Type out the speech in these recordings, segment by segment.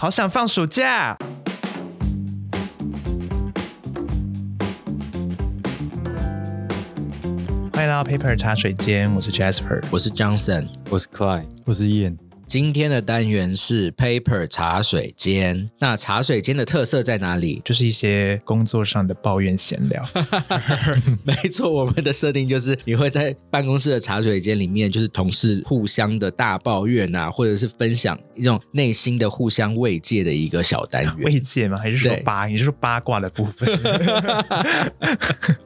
好想放暑假。欢迎来到 Paper 茶水间，我是 Jasper。？我是 Johnson。我是 Clyde，我是燕，今天的单元是 Paper 茶水间。那茶水间的特色在哪里 就是一些工作上的抱怨闲 聊，没错，我们的设定就是你会在办公室的茶水间里面，就是同事互相的大抱怨啊，或者是分享一种内心的互相慰藉的一个小单元。慰藉吗？还是说对。八？你是说八卦的部分？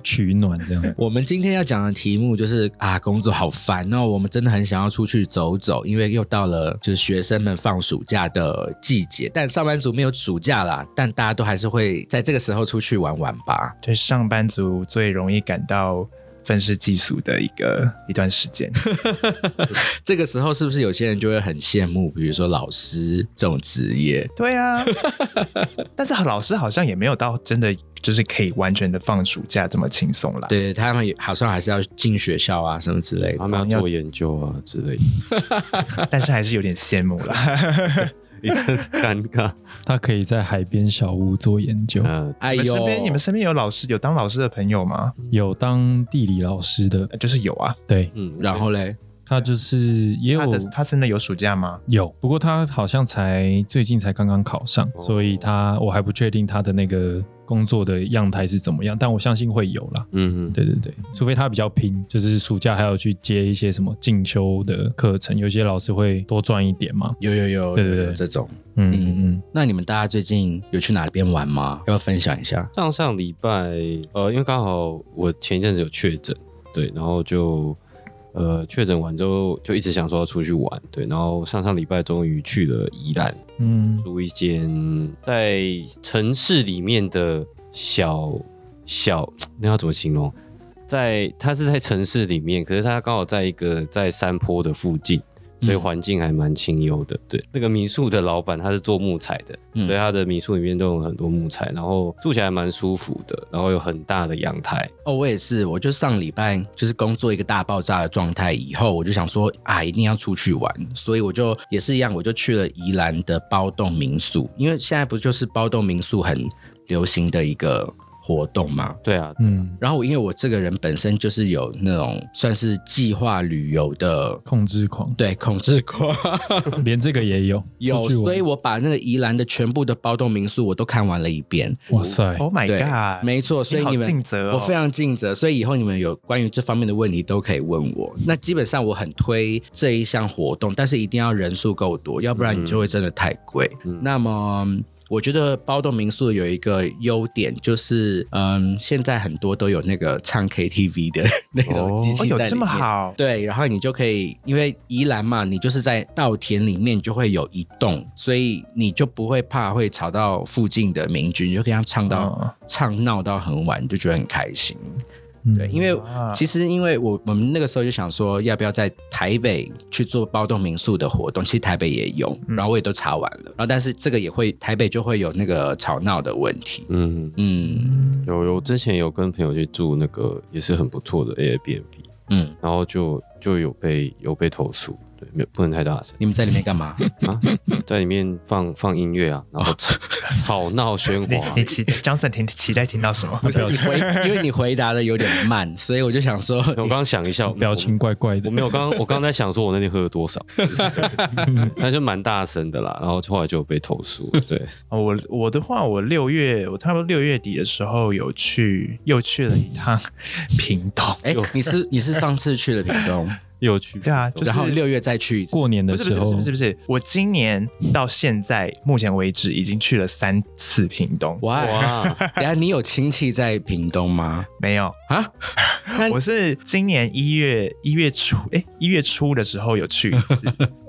取暖这样我们今天要讲的题目就是啊，工作好烦哦，我们真的很想要出去走走，因为又到了就是学生们放暑假的季节，但上班族没有暑假啦，但大家都还是会在这个时候出去玩玩吧。就是上班族最容易感到愤世嫉俗的一个一段时 间。这个时候是不是有些人就会很羡慕，比如说老师这种职业？对啊，但是老师好像也没有到真的就是可以完全的放暑假这么轻松啦。，对他们也好像还是要进学校啊什么之类的。他们要做研究啊之 类的，但是还是有点羡慕啦。一阵尴 尬。 他可以在海边小屋做研究，嗯，哎你们呦身，边你们身边有老师有当老师的朋友吗？有当地理老师的呃，就是有啊。对嗯，然后嘞，他就是也他有的他真的有暑假吗？有，不过他好像才最近才刚刚考上，哦所以他我还不确定他的那个工作的样态是怎么样，但我相信会有啦。嗯，对对对，除非他比较拼，就是暑假还有去接一些什么进修的课程，有些老师会多赚一点嘛。有有有，对对对有这种。嗯嗯嗯，那你们大家最近有去哪边玩吗？要不要分享一下？上上礼拜，呃，因为刚好我前一阵子有确诊，对，然后就呃确诊完之后就一直想说要出去玩，对，然后上上礼拜终于去了宜兰，嗯，租一间在城市里面的小小，那要怎么形容？在它是在城市里面，可是它刚好在一个在山坡的附近，所以嗯环境还蛮清幽的。对，那个民宿的老板他是做木材的，嗯所以他的民宿里面都有很多木材，然后住起来蛮舒服的，然后有很大的阳台。哦，我也是，我就上礼拜就是工作一个大爆炸的状态以后，我就想说啊，一定要出去玩，所以我就也是一样，我就去了宜兰的包栋民宿，因为现在不就是包栋民宿很流行的一个活动吗？对啊，嗯，然后我因为我这个人本身就是有那种算是计划旅游的。控制狂，对，控制狂连这个也有，有，出去玩所以我把那个宜兰的全部的包栋民宿我都看完了一遍。哇塞， Oh my 对 god！没错，所以你好们尽责哦我非常尽责，所以以后你们有关于这方面的问题都可以问我。那基本上我很推这一项活动，但是一定要人数够多，要不然你就会真的太贵。嗯那么。我觉得包栋民宿有一个优点，就是嗯，现在很多都有那个唱 KTV 的 那种机哦器在里面。有这么好对，然后你就可以，因为宜兰嘛，你就是在稻田里面，你就会有一栋，所以你就不会怕会吵到附近的民居，你就可以让他唱到、嗯唱闹到很晚，你就觉得很开心。嗯对，因为哇其实因为我我们那个时候就想说，要不要在台北去做包栋民宿的活动？其实台北也有，嗯然后我也都查完了，然后但是这个也会台北就会有那个吵闹的问题。嗯，嗯有有，之前有跟朋友去住那个也是很不错的 Airbnb，嗯，然后就就有被有被投诉，对，没有不能太大声。你们在里面干嘛？啊，在里面放放音乐啊，然后吵 吵闹喧你哗啊你。期 Johnson 听期待听到什么？不是你回，因为你回答的有点慢，所以我就想说，我刚刚想一下，我表情怪怪我的没，有，刚刚我刚刚在想说，我那天喝了多少，那就蛮大声的啦。然后后来就有被投诉，对，哦我我的话，我六月我差不多六月底的时候有去又去了一趟屏东。 哎、你是你是上次去了屏东，又去对 啊，就是然后六月再去一次，过年的不是时不是候不是不是，我今年到现在目前为止已经去了三次屏东，哇！哇，等一下你有亲戚在屏东吗？没有 啊？那我是今年一月一月初，哎、一月初的时候有去 一次，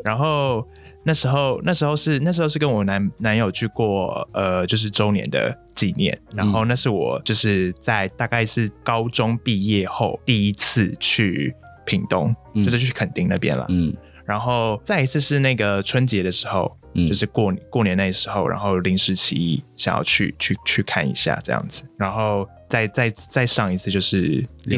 然后那时候那时候是那时候是跟我男男友去过，呃，就是周年的纪念，然后那是我就是在大概是高中毕业后第一次去屏东，嗯就是去垦丁那边了，嗯然后再一次是那个春节的时候，嗯就是过过年那时候，然后临时起意想要去去去看一下这样子，然后再再再上一次就是六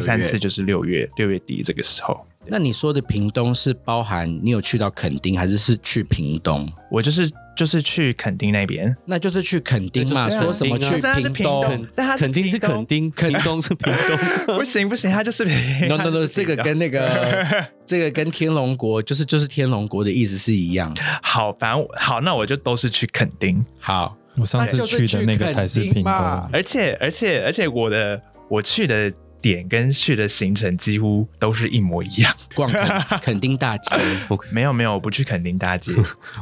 第月三次就是六月六月底这个时候，那你说的屏东是包含你有去到垦丁，还是是去屏东？我就是就是去垦丁那 边，那就是去垦丁嘛，对啊说什么去可是它是屏东东，但它肯定是肯定，屏东是屏 东，不行不行，它就是屏？No 东 No No，这个跟 那个这个跟天龙国就是就是天龙国的意思是一样。好，反正我好，那我就都是去垦嗯丁，好，我上次去的那个才那就是是屏去垦丁嘛东，而且而且而且我的我去的点跟去的行程几乎都是一模一样。逛垦垦丁大街，没有没有，我不去垦丁大街，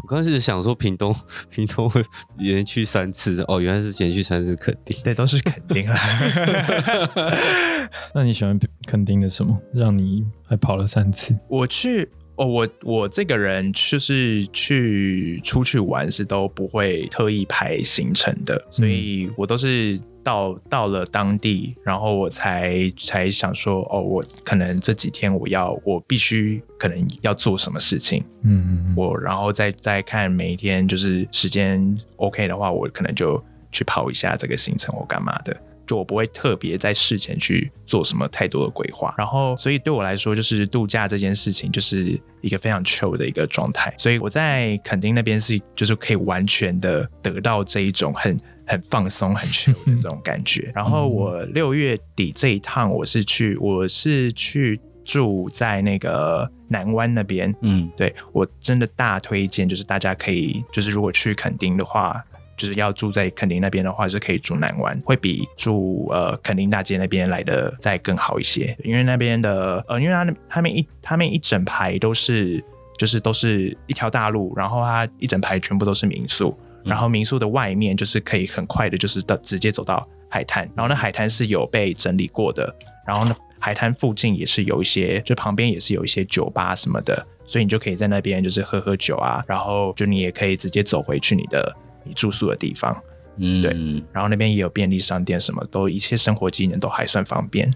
我刚开始想说屏东，屏东会连续三次，哦，原来是连续三次肯定。对，都是啊垦丁啦。那你喜欢垦丁的什么？让你还跑了三次？ 我去，哦，我我这个人就是去出去玩是都不会特意排行程的，所以我都是到到了当地，然后我才才想说，哦，我可能这几天我要我必须可能要做什么事情，嗯，嗯嗯我然后再再看每一天就是时间 OK 的话，我可能就去跑一下这个行程或干嘛的。就我不会特别在事前去做什么太多的规划，然后所以对我来说，就是度假这件事情就是一个非常 chill 的一个状态。所以我在垦丁那边是就是可以完全的得到这一种很很放松、很 chill 的这种感觉。然后我六月底这一趟我是去我是去住在那个南湾那边，嗯，对我真的大推荐，就是大家可以，就是如果去垦丁的话，就是要住在垦丁那边的话，是可以住南湾，会比住呃垦丁大街那边来的再更好一些，因为那边的呃，因为他那他们一他们一整排都是就是都是一条大路，然后它一整排全部都是民宿，然后民宿的外面就是可以很快的，就是到直接走到海滩，然后那海滩是有被整理过的，然后呢，海滩附近也是有一些，就旁边也是有一些酒吧什么的，所以你就可以在那边就是喝喝酒啊，然后就你也可以直接走回去你的你住宿的地方，嗯，对然后那边也有便利商店，什么都一切生活机能都还算方便。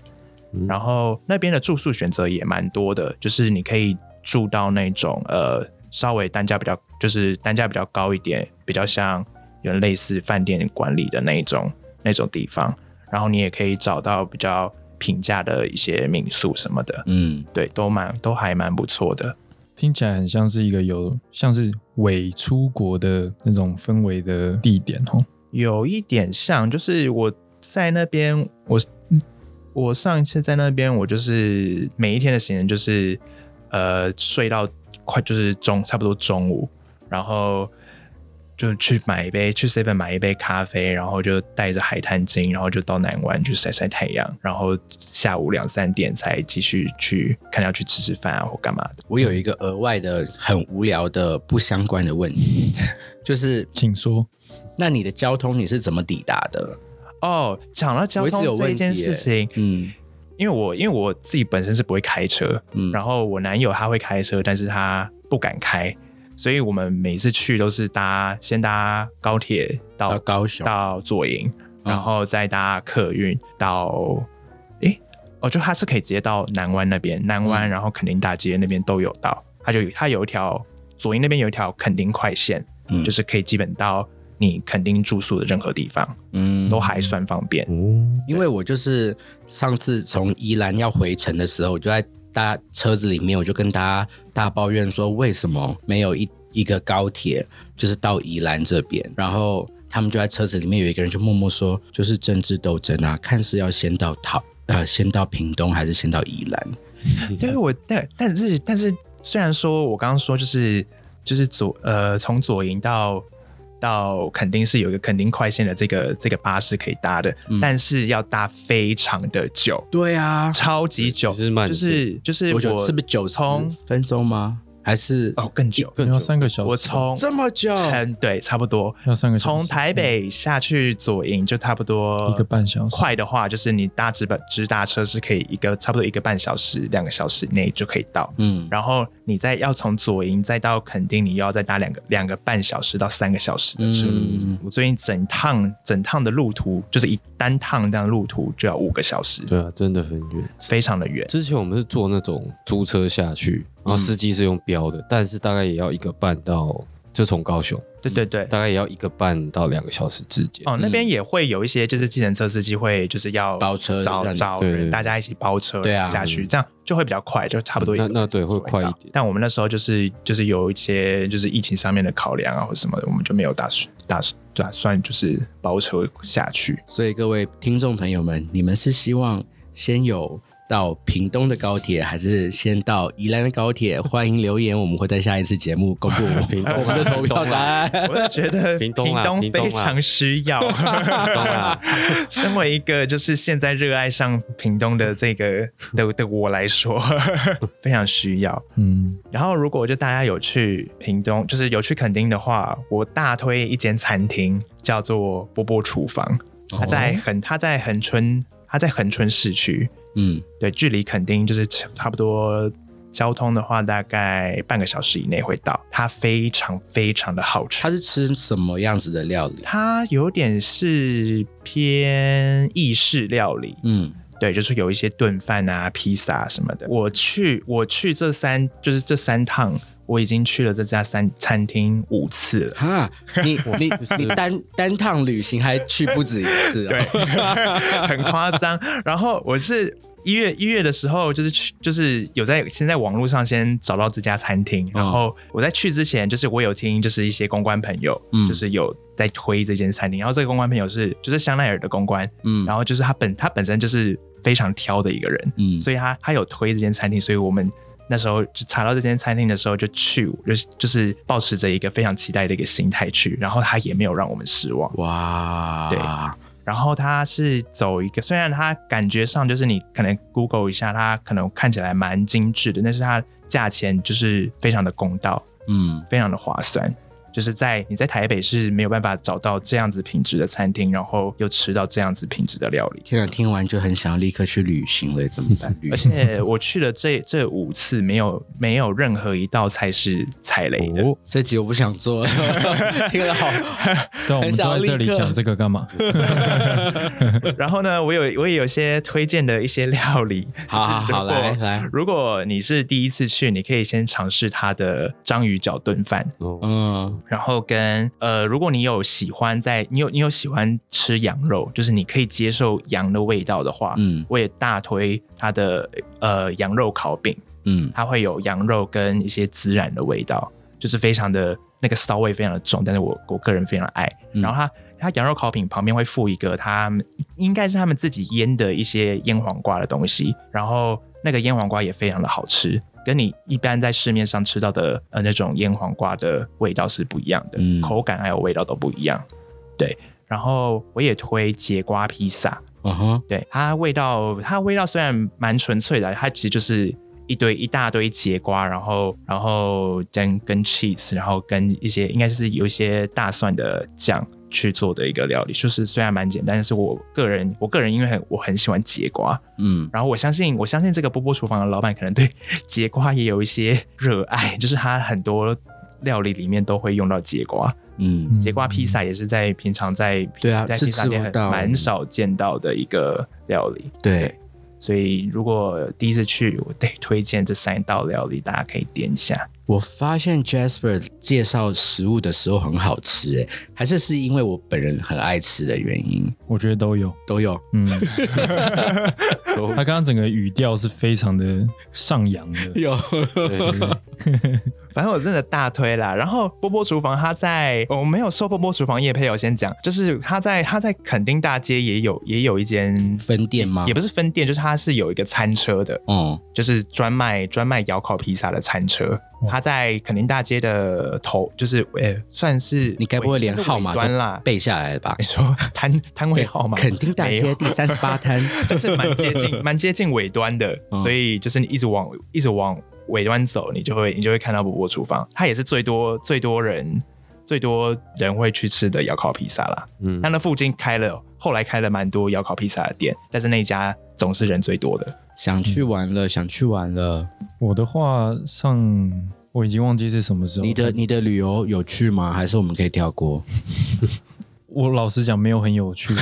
嗯然后那边的住宿选择也蛮多的，就是你可以住到那种呃稍微单价比较，就是单价比较高一点，比较像有点类似饭店管理的那一种那种地方。然后你也可以找到比较平价的一些民宿什么的，嗯，对，都蛮都还蛮不错的。听起来很像是一个有像是伪出国的那种氛围的地点哦。有一点像，就是我在那边，我嗯我上一次在那边，我就是每一天的行程就是呃睡到快就是中差不多中午，然后就去买一杯去 seven 买一杯咖啡，然后就带着海滩巾，然后就到南湾去晒晒太阳，然后下午两三点才继续去看要去吃吃饭啊或干嘛的。我有一个额外的很无聊的不相关的问题，就是请说，那你的交通你是怎么抵达的？哦，讲到交我一直有通问这题件事耶情，嗯因为我因为我自己本身是不会开车，嗯，然后我男友他会开车，但是他不敢开，所以我们每次去都是搭先搭高铁到到高雄，到左营，嗯然后再搭客运到，诶，哦，就他是可以直接到南湾那边，南嗯湾、然后垦丁大街那边都有到，他就他有一条左营那边有一条垦丁快线，嗯就是可以基本到你垦丁住宿的任何地方，嗯都还算方便。哦，因为我就是上次从宜兰要回程的时候，我就在搭车子里面，我就跟大家大抱怨说，为什么没有一一个高铁就是到宜兰这边？然后他们就在车子里面有一个人就默默说，就是政治斗争啊，看是要先到桃呃，先到屏东还是先到宜兰？对，我但但是但是，虽然说我刚刚说就是就是左呃从左营到到肯定是有一个肯定快线的这个这个巴士可以搭的，嗯但是要搭非常的久，对啊，超级久，就是慢就是就是多我久？是不是九十从分钟吗？还是哦更久，更要久三个小时，我从这么久？成对差不多要三个小时，嗯从台北下去左营就差不多一个半小时快的话就是你搭直本直达车是可以一个差不多一个半小时两个小时内就可以到，嗯，然后你再要从左营再到垦丁，你又要再搭两个两个半小时到三个小时的车。嗯我最近整趟整趟的路途，就是一单趟这样的路途就要五个小时，对啊，真的很远。非常的远。之前我们是坐那种租车下去，然后司机是用标的，但是大概也要一个半到，就从高雄对对对。大概也要一个半到两个小时之间。哦，那边也会有一些，就是计程车司机会就是要包车找让你找对对人，对大家一起包车对啊下去，这样就会比较快，就差不多一个那那对会快一点但我们那时候就是就是有一些就是疫情上面的考量啊或者什么的，我们就没有打算打打算就是包车下去。所以各位听众朋友们，你们是希望先有到屏东的高铁，还是先到宜兰的高铁？欢迎留言，我们会在下一次节目公 布我们屏东啊我们的投票答案。我就觉得屏东啊屏东啊非啊常需要。懂啦 身为一个就是现在热爱上屏东的这个的的我来说， 非常需要。嗯，然后，如果就大家有去屏东，就是有去垦丁的话，我大推一间餐厅，叫做波波厨房。哦它在恒，它在恒春，它在恒春市区，嗯，对，距离垦丁就是差不多。交通的话，大概半个小时以内会到。它非常非常的好吃它，是吃什么样子的料理？啊它有点是偏意式料理，嗯，对，就是有一些炖饭啊、披萨什么的。我去，我去这三，就是这三趟，我已经去了这家三餐厅五次 了。 哈，你你你单单趟旅行还去不止一次、对哦，，很夸张。然后我是一月一月的时候，就是去，就是有在先在网络上先找到这家餐厅，然后我在去之前，就是我有听，就是一些公关朋友，嗯就是有在推这间餐厅。然后这个公关朋友是就是香奈儿的公关，嗯然后就是他本他本身就是非常挑的一个人，嗯，所以他他有推这间餐厅，所以我们那时候就查到这间餐厅的时候就去，就是就是保持着一个非常期待的一个心态去，然后他也没有让我们失望。哇，对然后他是走一个，虽然他感觉上就是你可能 Google 一下，他可能看起来蛮精致的，但是它价钱就是非常的公道，嗯非常的划算。就是在你在台北是没有办法找到这样子品质的餐厅，然后又吃到这样子品质的料理。天啊，听完就很想要立刻去旅行了，怎么办？旅而行且我去了这这五次，没有没有任何一道菜是踩雷的。哦，这集我不想 做了，听了好，对啊，我很们想坐在这立里刻讲这个干嘛？然后呢，我有我也有些推荐的一些料理。 好好好，就是来如果来，如果你是第一次去，你可以先尝试它的章鱼脚炖饭，哦嗯然后跟呃，如果你有喜欢在你有你有喜欢吃羊肉，就是你可以接受羊的味道的话，嗯我也大推它的呃羊肉烤饼。嗯，它会有羊肉跟一些孜然的味道，就是非常的那个骚味非常的重，但是我我个人非常爱。嗯然后它它羊肉烤饼旁边会附一个他们应该是他们自己腌的一些腌黄瓜的东西，然后那个腌黄瓜也非常的好吃。跟你一般在市面上吃到的呃那种腌黄瓜的味道是不一样的，嗯口感还有味道都不一样。对，然后我也推节瓜披萨，嗯哼，对它味道，它味道虽然蛮纯粹的，它其实就是一堆一大堆节瓜，然后然后跟跟 cheese，然后跟一些应该是有一些大蒜的酱去做的一个料理，就是虽然蛮简单，但是我个人我个人因为很我很喜欢节瓜，嗯然后我相信我相信这个波波厨房的老板可能对 节瓜也有一些热爱，就是他很多料理里面都会用到节瓜，嗯，节瓜披萨也是在平常在对啊在是披萨吃店不很到蛮少见到的一个料理。对，所以如果第一次去，我得推荐这三道料理，大家可以点一下。我发现 Jasper 介绍食物的时候很好吃，哎，还是是因为我本人很爱吃的原因，我觉得都有。都有， 嗯，他刚刚整个语调是非常的上扬的，有，反正我真的大推啦。然后波波厨房，它在我没有收波波厨房叶配，我先讲，就是它在它在垦丁大街也有也有一间，分店吗？也不是分店，就是它是有一个餐车的，哦，就是专卖专卖窑烤披萨的餐车。它在垦丁大街的头，就是诶、算是你该不会连号码尾都端啦？背下来了吧你？说摊摊位号码？肯定大没有街第三十八摊，但是蛮接 近蛮接近尾端的，嗯所以就是你一直往一直往尾端走，你就会你就会看到波波厨房，它也是最多最多人最多人会去吃的窑烤披萨啦。嗯它，那附近开了，后来开了蛮多窑烤披萨的店，但是那一家总是人最多 的。想去玩了，想去玩了。我的话上我已经忘记是什么时候。你的你的旅游有去吗？还是我们可以跳过？我老实讲没有很有 趣，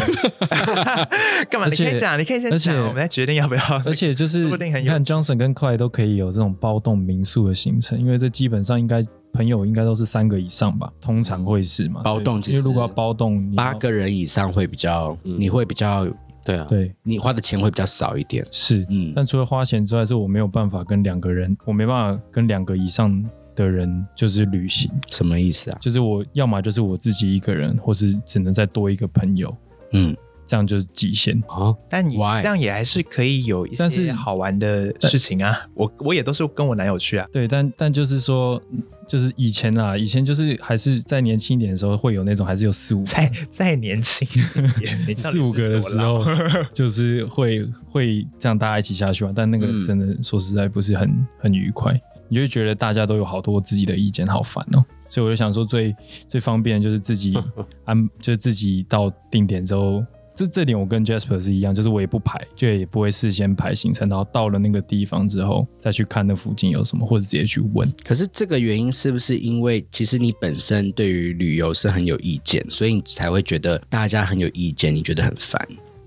干嘛？而你可且以讲，你可以先而且讲，我们再决定要不要。而且就是说不定很你有看 Johnson 跟 Clay 都可以有这种包栋民宿的行程，因为这基本上应该朋友应该都是三个以上吧，通常会是嘛。包栋对其因实为如果要包栋，你要八个人以上会比较，嗯你会比较，对啊，对你花的钱会比较少一点。是，嗯但除了花钱之外，是我没有办法跟两个人，我没办法跟两个以上的人就是旅行，什么意思啊？就是我要么就是我自己一个人，或是只能再多一个朋友，嗯，这样就是极限。啊， 但你 Why？这样也还是可以有一但是些好玩的事情啊。我我也都是跟我男友去啊，对，但但就是说，就是以前啊，以前就是还是在年轻一点的时候，会有那种还是有四五再再年轻一点， 你到底四五个的是时多老候，就是会会这样大家一起下去玩，但那个嗯真的说实在不是很很愉快，你就会觉得大家都有好多自己的意见，好烦哦。所以我就想说最最方便的就是自己安，就是自己到定点之后，这这点我跟 Jasper 是一样，就是我也不排，就也不会事先排行程，然后到了那个地方之后再去看那附近有什么，或者直接去问。可是这个原因是不是因为其实你本身对于旅游是很有意见，所以你才会觉得大家很有意见，你觉得很烦？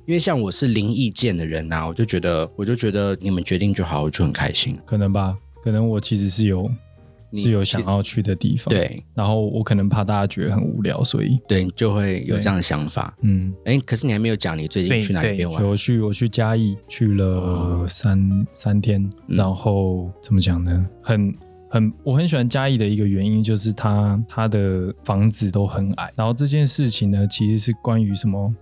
因为像我是零意见的人呐、啊我就觉得我就觉得你们决定就好，我就很开心。可能吧，可能我其实是有你是有想要去的地方，，对然后我可能怕大家觉得很无聊，所以对，你就会有这样的想法。嗯，哎，可是你还没有讲你最近对去哪里边玩？我去我去嘉义去了三三天，嗯然后怎么讲呢？很很我很喜欢嘉义的一个原因就是它它的房子都很矮，然后这件事情呢其实是关于什么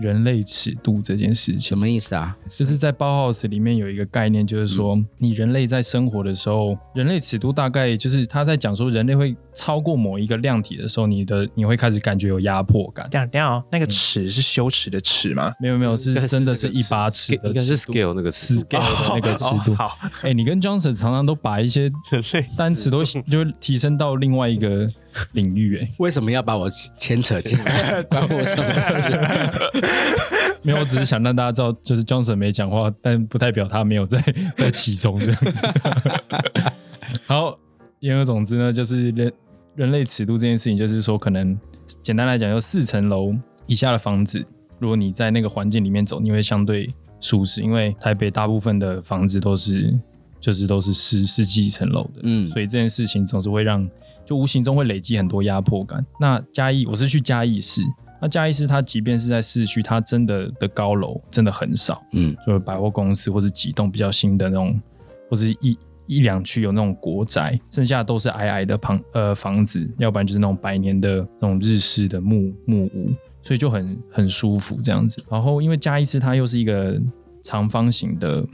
人类尺度这件事情什。么意思啊？就是在包 house 里面有一个概念，就是说、嗯你人类在生活的时候，人类尺度大概就是他在讲说，人类会超过某一个量体的时候，你的你会开始感觉有压迫感。等一下等一下哦，嗯那个尺是羞耻的尺吗？没有没有，是应该是真的那是个一把尺的应该是尺度 scale 那个尺 scale 的那个尺度哦。好，哎、你跟 Johnson 常常都把一些单词都就提升到另外一个领域、 哎，为什么要把我牵扯进来？关我什么事？没有，我只是想让大家知道，就是 Johnson 没讲话，但不代表他没有 在在其中这样子。好，言而总之呢，就是人人类尺度这件事情，就是说，可能简单来讲，就四层楼以下的房子，如果你在那个环境里面走，你会相对舒适，因为台北大部分的房子都是就是都是十十几层楼的，嗯所以这件事情总是会让就无形中会累积很多压迫感。那嘉义，我是去嘉义市。那嘉义市，它即便是在市区，它真的的高楼真的很少， 嗯，就是百货公司或是几栋比较新的那种，或是一一两区有那种国宅，剩下都是矮矮的房呃房子，要不然就是那种百年的那种日式的木木屋，所以就很很舒服这样子。然后因为嘉义市它又是一个长方形的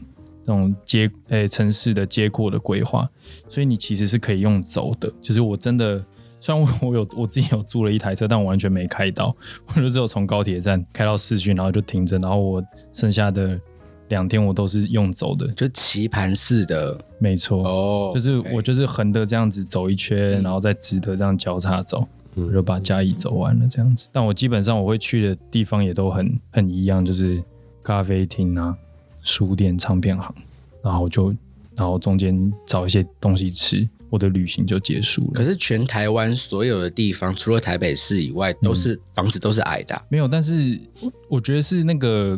那种街诶、城市的街廓的规划，所以你其实是可以用走的。就是我真的。虽然我我有我自己有租了一台车，但我完全没开到，我就只有从高铁站开到市区，然后就停着，然后我剩下的两天我都是用走的，就棋盘式的没错，哦就是我 OK 嗯就是横的这样子走一圈，然后再直的这样交叉走，嗯我就把嘉义走完了这样子。但我基本上我会去的地方也都很很一样，就是咖啡厅啊、书店、唱片行，然后就然后中间找一些东西吃，我的旅行就结束可了。是全台湾所有的地方，除了台北市以外，都是、房子都是矮的啊、没有，但是我我觉得是那个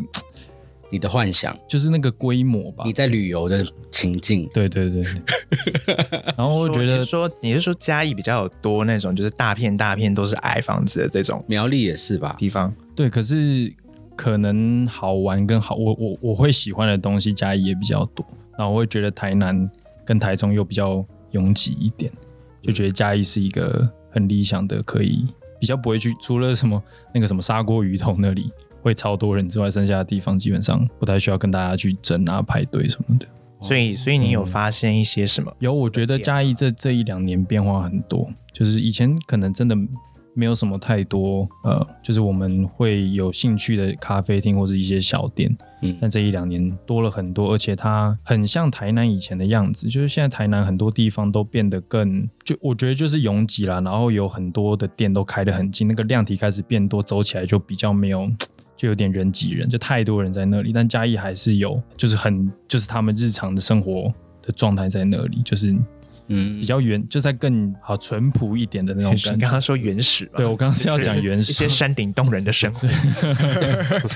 你的幻想，就是那个规模吧你。在旅游的情境，对对 对，对然哦后我说觉得你说你是说嘉义比较有多那种，就是大片大片都是矮房子的这种苗栗也是吧？地方，对，可是可能好玩跟好，我我我会喜欢的东西嘉义也比较多，然后我会觉得台南跟台中又比较拥挤一点，就觉得嘉义是一个很理想的，可以比较不会去，除了什么那个什么砂锅鱼头那里会超多人之外，剩下的地方基本上不太需要跟大家去争啊排队什么的。所以所以你嗯有发现一些什么？有，我觉得嘉义这这一两年变化很多，就是以前可能真的没有什么太多，呃，就是我们会有兴趣的咖啡厅或是一些小店，嗯但这一两年多了很多，而且它很像台南以前的样子，就是现在台南很多地方都变得更，就我觉得就是拥挤啦，然后有很多的店都开得很近，那个量体开始变多，走起来就比较没有。就有点人挤人，就太多人在那里，但嘉义还是有，就是很就是他们日常的生活的状态在那里，就是嗯比较原，就在更好淳朴一点的 那种你感刚觉。刚说原始吧？对我刚刚是要讲 原一些始，山顶洞人的生活。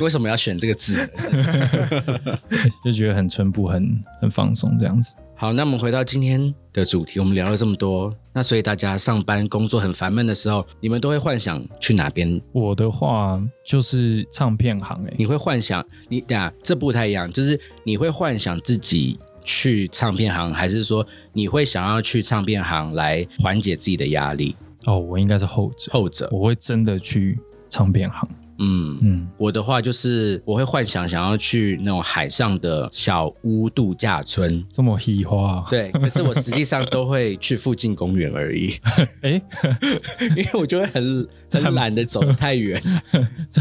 为什么要选这个字呢？就觉得很淳朴，很很放松这样子。好，那我们回到今天的主题，我们聊了这么多，那所以大家上班工作很烦闷的时候，你们都会幻想去哪边？我的话就是唱片行欸诶、你会幻想你等下这不太一样，就是你会幻想自己去唱片行，还是说你会想要去唱片行来缓解自己的压力？哦，我应该是后者，后者，我会真的去唱片行。嗯。嗯，我的话就是，我会幻想想要去那种海上的小屋度假村，这么喜花、啊， 对。可是我实际上都会去附近公园而已。 哎、 因为我就 会很很懒得走太远，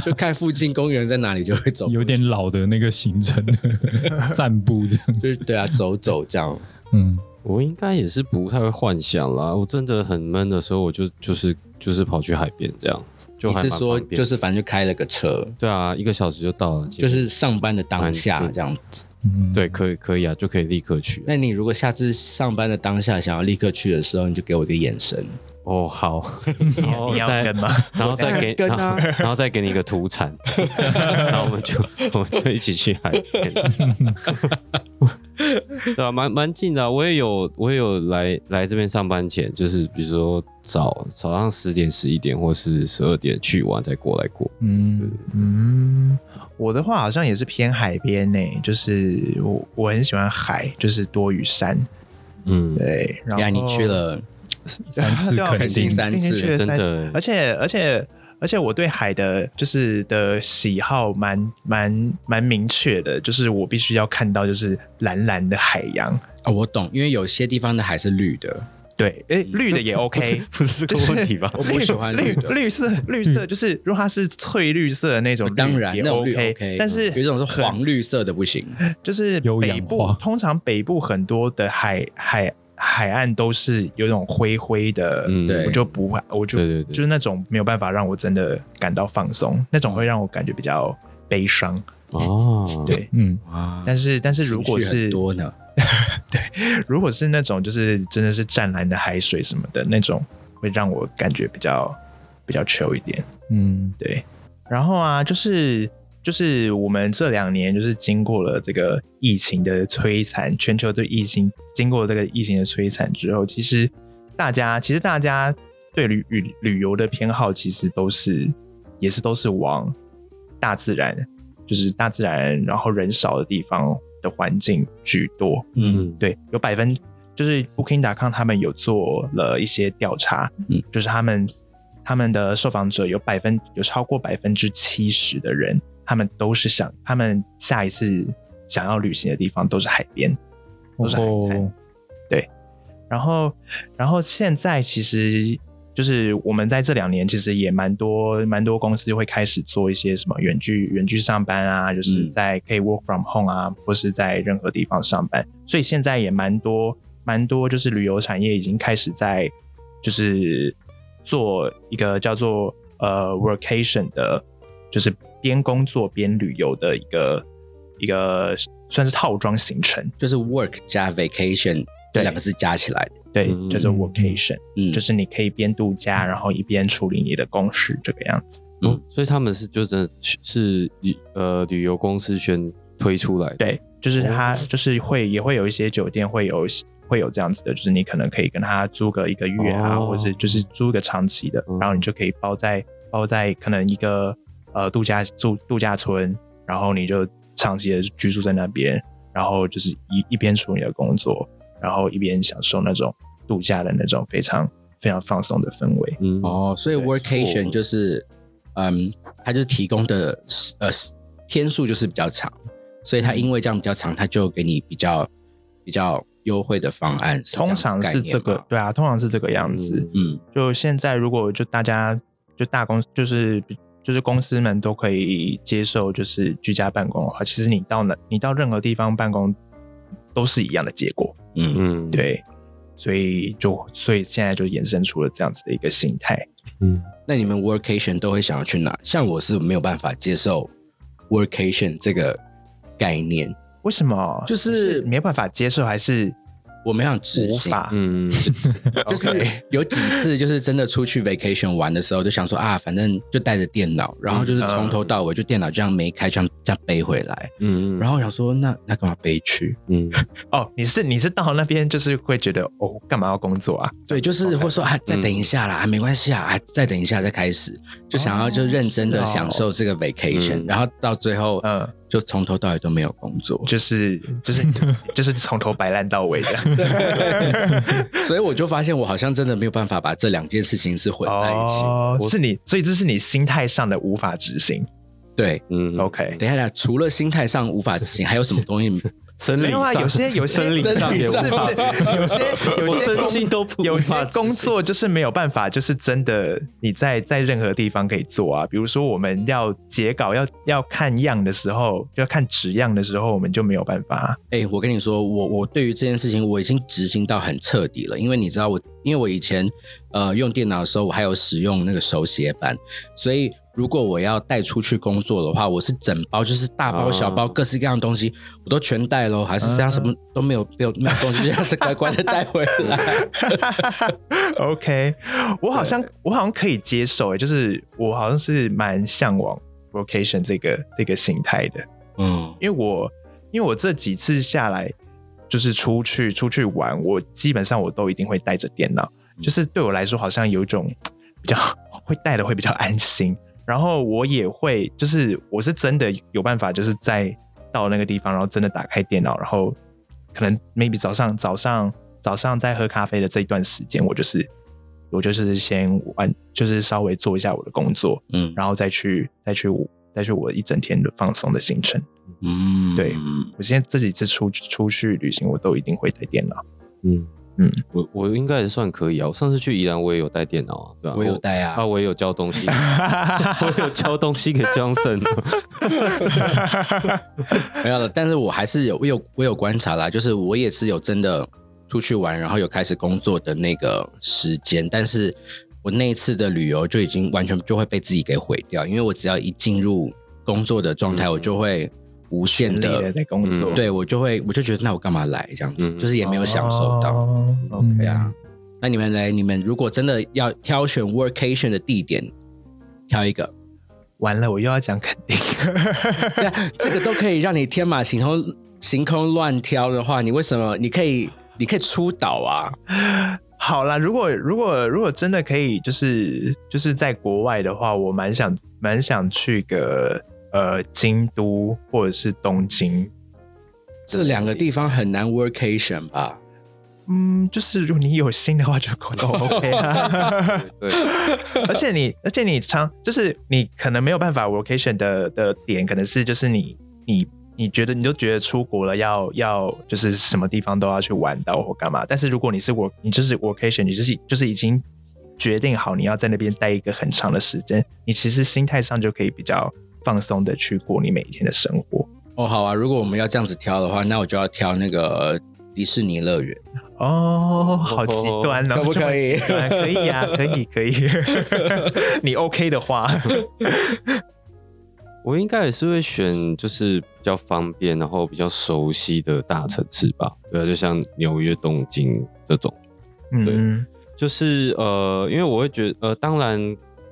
就看附近公园在哪里就会走，有点老的那个行 程，散步这样。就是对啊，走走这 样。嗯，我应该也是不太会幻想啦。我真的很闷的时候，我就就是就是跑去海边这样，就你还是蛮说方便就是反正就开了个车，对啊，一个小时就到了，其实就是上班的当下这样。嗯对，可以可以啊，就可以立刻去。那你如果下次上班的当下想要立刻去的时候，你就给我一个眼神。哦， 好，然后你要再跟吗？ 然后再给，当然跟然啊后然后再给你一个土产，然后我们就 我们就一起去海边， 对啊，蛮蛮近的啊、我也有我也有来来这边上班前，就是比如说早早上十点十一点或是十二点去完再过来过。嗯，嗯，我的话好像也是偏海边呢、就是我我很喜欢海，就是多于山。嗯，对，然后呀，你去了， 三次 对啊肯肯定 定，三那天次去了真三的而且而且而且我对海的，就是的喜好蛮蛮蛮明确的，就是我必须要看到就是蓝蓝的海洋。啊，我懂，因为有些地方的海是绿的，对，诶，绿的也 OK，不是这个问题吧？我不喜欢绿绿的。绿色绿色，就是如果它是翠绿色的那种绿，当然，也那种绿 OK，但是有一种是很黄绿色的不行，就是有北氧部化，通常北部很多的海海海岸都是有那种灰灰的，嗯对我就不会，我就对对对就是那种没有办法让我真的感到放松，那种会让我感觉比较悲伤。哦， 对嗯，哇，但是但是如果情绪很是多呢，如果是那种就是真的是湛蓝的海水什么的那种，会让我感觉比较比较 chill 一点。嗯，对，然后啊，就是就是我们这两年就是经过了这个疫情的摧残，全球对疫情经过这个疫情的摧残之后，其实大家其实大家对旅旅旅游的偏好其实都是也是都是往大自然，就是大自然，然后人少的地方的环境居多。嗯嗯，对，有百分就是 Booking.com 他们有做了一些调查，嗯就是他们他们的受访者有百分有超过百分之七十的人，他们都是想他们下一次想要旅行的地方都是海边，都是海滩。哦，然后，然后现在其实就是我们在这两年，其实也蛮多蛮多公司会开始做一些什么远距远距上班啊，就是嗯在可以 work from home 啊，或是在任何地方上班。所以现在也蛮多蛮多，就是旅游产业已经开始在就是做一个叫做呃 workation 的，就是边工作边旅游的一个一个算是套装行程。就是 work 加 vacation 这两个字加起来的，对，嗯叫做 workation，、嗯，就是你可以边度假，然后一边处理你的公事这个样子。哦所以他们是就真的是是旅呃旅游公司宣推出来的，对，就是它哦就是会也会有一些酒店会有会有这样子的，就是你可能可以跟他租个一个月啊，哦或者就是租个长期的嗯，然后你就可以包在包在可能一个呃度假住度假村，然后你就长期的居住在那边，然后就是一一边处理你的工作，然后一边享受那种度假的那种非常非常放松的氛围。嗯，哦，所以对 workation 就是，嗯，它就是提供的呃天数就是比较长，所以它因为这样比较长，它就给你比较比较优惠的方案。是通样的常概是念这个吗，，对啊，通常是这个样子。嗯嗯，就现在，如果就大家就大公司就是就是公司们都可以接受就是居家办公的话，其实你到哪你到任何地方办公都是一样的结果，嗯，嗯，对，所以就所以现在就衍生出了这样子的一个心态。嗯，那你们 workation 都会想要去哪？像我是没有办法接受 workation 这个概念，为什么？就是你没有办法接受，还是我们想执无行，法，嗯，OK 就是 有几次就是真的出去 vacation 玩的时候，就想说啊，反正就带着电脑，然后嗯就是从头到尾就电脑这样没开，这样这样背回来。嗯，然后后我想说，那那干嘛背去？嗯，哦，你是你是到那边就是会觉得哦，干嘛要工作啊？对，就是会说啊，再嗯等一下啦，啊没关系啊，啊再等一下再开始，就想要就认真的是哦享受这个 vacation，、嗯然后到最后，嗯，就从头到尾都没有工作，就是嗯就是就是从头摆烂到尾这样。 所以我就发现我好像真的没有办法把这两件事情是混在一起。哦，我是你，所以这是你心态上的无法执行。对，嗯 OK，等一下啦，除了心态上无法执行，还有什么东西？生理没有啊，上有 些有些生理上不也是无法不是， 有些有我些身工心都不有无些法工作就是没有办法，就是真的你在在任何地方可以做啊。比如说我们要截稿要要看样的时候，要看纸样的时候，我们就没有办法。 哎、我跟你说，我我对于这件事情我已经执行到很彻底了，因为你知道我，因为我以前呃用电脑的时候，我还有使用那个手写板，所以如果我要带出去工作的话，我是整包就是大包啊小包、各式各样的东西我都全带喽，还是这样什么都没有没有没有东西，就这样子乖乖的带回 来。 OK，我好像我好像可以接受、欸，就是我好像是蛮向往 vocation 这个这个形态的。嗯，因为我因为我这几次下来就是出去出去玩，我基本上我都一定会带着电脑，就是对我来说好像有一种比较会带的会比较安心。然后我也会就是我是真的有办法，就是在到那个地方，然后真的打开电脑，然后可能 maybe 早上早上早上在喝咖啡的这一段时间，我就是。我就是先玩，就是稍微做一下我的工作，嗯然后再去再去我再去我一整天的放松的行程。嗯，对我现在这几次出出去旅行，我都一定会带电脑。嗯嗯嗯，我我应该也算可以啊。我上次去宜兰，我也有带电脑啊，对吧、我有带啊啊，我也有交 东西，我有交东西给 Johnson。 没有了，但是我还是有，我有我有观察啦，就是我也是有真的出去玩，然后有开始工作的那个时间，但是我那一次的旅游就已经完全就会被自己给毁掉，因为我只要一进入工作的状态，嗯我就会无限全力的的在工作，嗯对我就会我就觉得那我干嘛来这样子，嗯就是也没有享受到，哦嗯对啊。那你们来，你们如果真的要挑选 workation 的地点，挑一个，完了，我又要讲肯定。 对啊， 这个都可以让你天马行空、行空乱挑的话，你为什么你可以你可以出岛啊？好啦，如果如果如果真的可以，就是就是在国外的话，我蛮想蛮想去个呃京都或者是东京。这两个地方很难 workation 吧？嗯，就是如果你有心的话，就 都 OK 啊。对，而且你，而且你常就是你可能没有办法 vacation 的的点，可能是就是你你你觉得你就觉得出国了要要就是什么地方都要去玩到或干嘛，但是如果你是我你就是 vacation，你就是就是已经决定好你要在那边待一个很长的时间，你其实心态上就可以比较放松的去过你每一天的生活。哦，好啊，如果我们要这样子挑的话，那我就要挑那个迪士尼乐园。哦，好极端哦，可不可以这么极端可以 啊，可以可以， 你 OK 的话，我应该也是会选就是比较方便，然后比较熟悉的大城市吧。对啊，就像纽约、东京这种。嗯，就是呃，因为我会觉得呃，当然，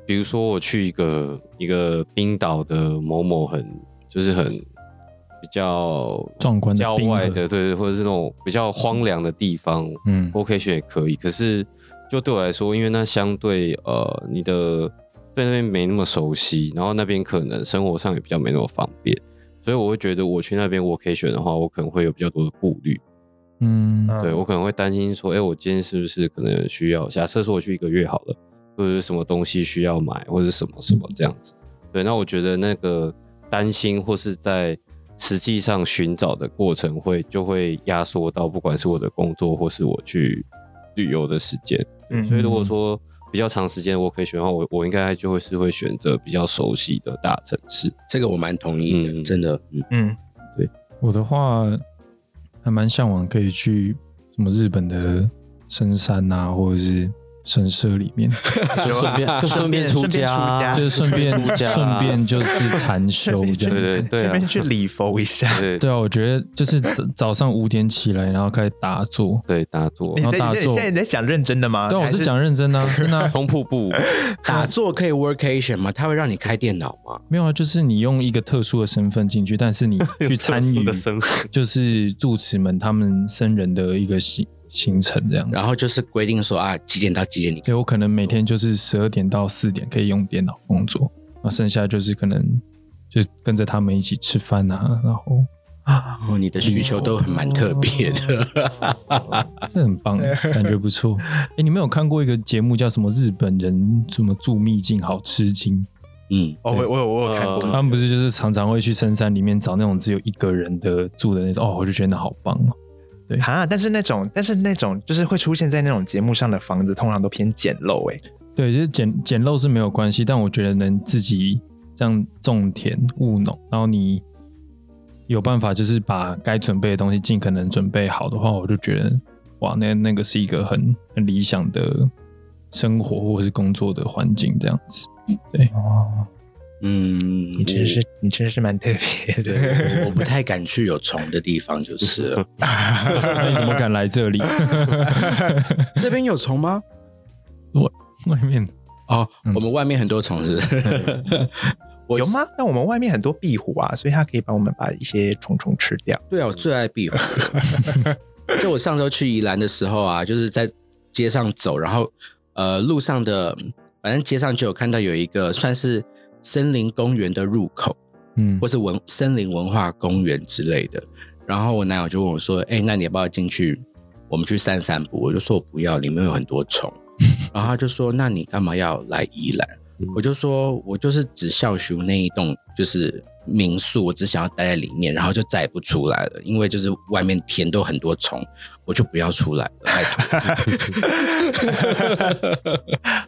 比如说我去一个一个冰岛的某某很就是很比较壮观的郊冰河外的，对对，或者是那种比较荒凉的地方，嗯 OK 选也可以，可是就对我来说，因为那相对呃你的对那边没那么熟悉，然后那边可能生活上也比较没那么方便，所以我会觉得我去那边我可以选的话，我可能会有比较多的顾虑，嗯嗯对我可能会担心说，哎、我今天是不是可能需要假设说我去一个月好了，或者是什么东西需要买，或者什么什么这样子，对，那我觉得那个担心或是在。实际上寻找的过程会就会压缩到，不管是我的工作或是我去旅游的时间。嗯所以如果说比较长时间我可以选的话，我我应该就会是会选择比较熟悉的大城市。这个我蛮同意的，嗯真的。嗯，嗯。我的话还蛮向往可以去什么日本的深山啊，或者是神社里 面，就顺便就 顺便出家啊，就是顺便出家啊顺便就是禅修这 对样。对对这啊边去礼佛一下。对对啊，我觉得就是 早早上五点起来，然后开始打坐。对打坐 你，在啊然后你大作现在你在讲认真的吗？但我还是 是讲认真的、啊， 真的啊、冲瀑布，打坐可以 workation 吗？他会让你开电脑吗？没有啊，就是你用一个特殊的身份进去，但是你去参特殊与的身份就是住持们他们僧人的一个行行程这样。然后就是规定说啊，几点到几点你对我可能每天就是十二点到四点可以用电脑工作，那剩下就是可能就是跟着他们一起吃饭啊，然后哦，你的需求都很蛮特别哦的。啊这很棒，感觉不 错。哎，你们有看过一个节目叫什么？日本人什么住秘境好吃惊？ 嗯，哦，我我有我有看呃过，他们不是就是常常会去深山里面找那种只有一个人的住的那种？哦，我就觉得好棒哦。啊，但是那种，但是那种就是会出现在那种节目上的房子，通常都偏简陋哎、对，就是简简陋是没有关系，但我觉得能自己这样种田务农，然后你有办法就是把该准备的东西尽可能准备好的话，我就觉得哇，那那个是一个很很理想的生活或是工作的环境这样子。哦，嗯，你真是你真是蛮特别对的。我我不太敢去有虫的地方，就是 了那你怎么敢来这里？这边有虫吗？外面哦，我们外面很多虫是不是。我有？吗？那我们外面很多壁虎啊，所以它可以帮我们把一些虫虫吃掉。 对啊，我最爱壁虎。就我上周去宜兰的时候啊，就是在街上走，然后呃路上的，反正街上就有看到有一个算是森林公园的入口， 嗯或，是文森林文化公园之类的。然后我男友就问我说：“哎、那你要不要进去？我们去散散步？”我就说：“我不要，里面有很多虫。”然后他就说：“那你干嘛要来宜兰？”嗯我就说：“我就是只校区那一栋就是民宿，我只想要待在里面，然后就再也不出来了，因为就是外面田都很多虫，我就不要出来了。拜托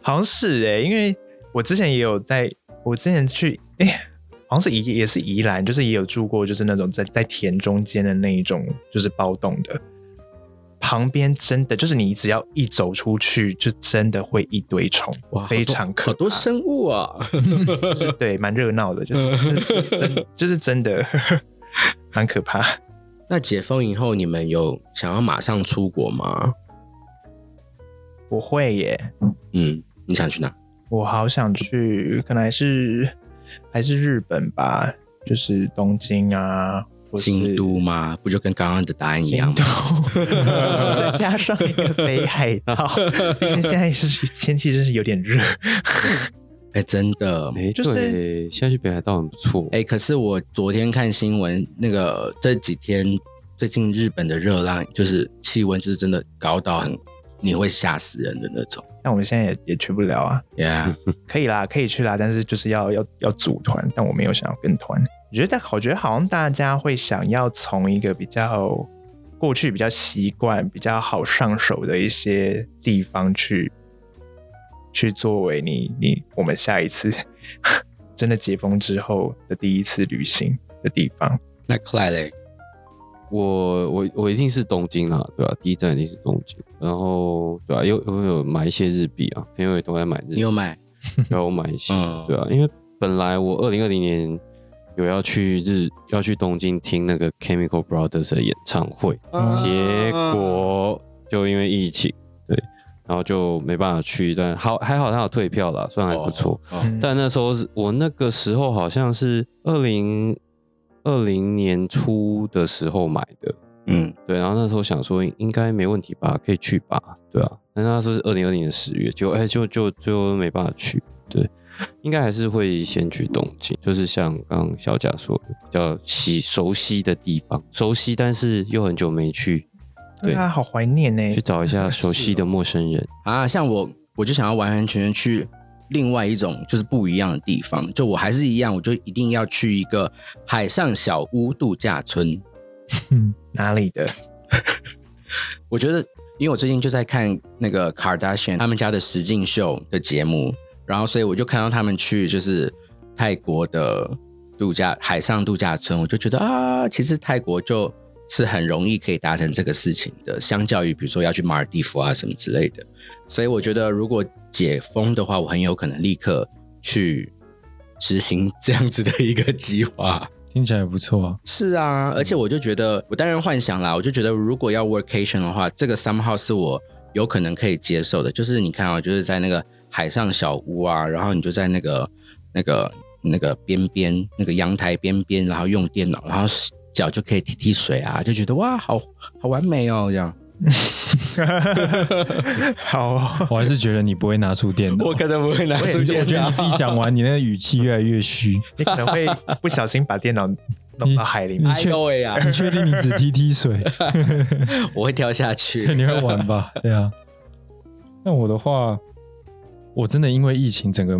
好像是哎、因为我之前也有在，我之前去哎、好像是宜也是宜兰，就是也有住过，就是那种在在田中间的那一种，就是包栋的。旁边真的就是你只要一走出去，就真的会一堆虫，哇，非常可怕。好多好多生物啊！ 就是对，蛮热闹的，就是就是真就是真的 蛮可怕。那解封以后，你们有想要马上出国吗？我会耶，嗯，你想去哪？我好想去，可能还是还是日本吧，就是东京啊，或是京都吗？不就跟刚刚的答案一样吗？ 再加上一个北海道，毕竟现在也是天气真是有点热。哎、真的。哎，就是对，下去北海道很不错，哎、可是我昨天看新闻，那个这几天最近日本的热浪就是气温就是真的高到很你会吓死人的那种。但我们现在也也去不了啊，嗯 Yeah，可以啦，可以去啦，但是就是要要要组团，但我没有想要跟团。我觉得大，我觉得好像大家会想要从一个比较过去比较习惯、比较好上手的一些地方去去作为你你我们下一次 真的解封之后的第一次旅行的地方。那 Clay 嘞，我我我一定是东京啦，对吧、啊第一站一定是东京，然后对吧、有有有买一些日币啊，朋友也都在买日你币有，买？然后我买一些，嗯对啊，因为本来我二零二零年有要去日要去东京听那个 Chemical Brothers 的演唱会，啊嗯结果就因为疫情，对，然后就没办法去，但好还好他有退票啦，算还不错。哦嗯但那时候是我那个时候好像是二零二零年初的时候买的，嗯，对，然后那时候想说应该没问题吧，可以去吧，对啊。但那时候是二零二零年十月，就哎、就就就没办法去，对，应该还是会先去东京，就是像刚刚小贾说的，比较习熟悉的地方，熟悉但是又很久没去，对啊，好怀念呢、去找一下熟悉的陌生人，啊，像我，我就想要完完全全去另外一种就是不一样的地方。就我还是一样，我就一定要去一个海上小屋度假村。嗯，哪里的？ 我觉得，因为我最近就在看那个 Kardashian 他们家的实境秀的节目，然后所以我就看到他们去就是泰国的度假海上度假村，我就觉得啊，其实泰国就是很容易可以达成这个事情的，相较于比如说要去马尔地夫啊什么之类的。所以我觉得，如果解封的话，我很有可能立刻去执行这样子的一个计划。听起来也不错啊。是啊，而且我就觉得，我当然幻想啦，我就觉得如果要 workation 的话，这个 somehow 是我有可能可以接受的。就是你看啊，就是在那个海上小屋啊，然后你就在那个那个那个边边那个阳台边边，然后用电脑，然后脚就可以踢踢水啊，就觉得哇，好好完美哦，这样。好哦，我还是觉得你不会拿出电脑。可能不会拿我出我电觉得脑你自 己讲完，你那个语气越来越虚。你可能会不小心把电脑弄到海嗯里面。哎呦喂呀、你确定你只踢踢水？我会跳下对，去。你会玩吧？对啊。那我的话，我真的因为疫情，整个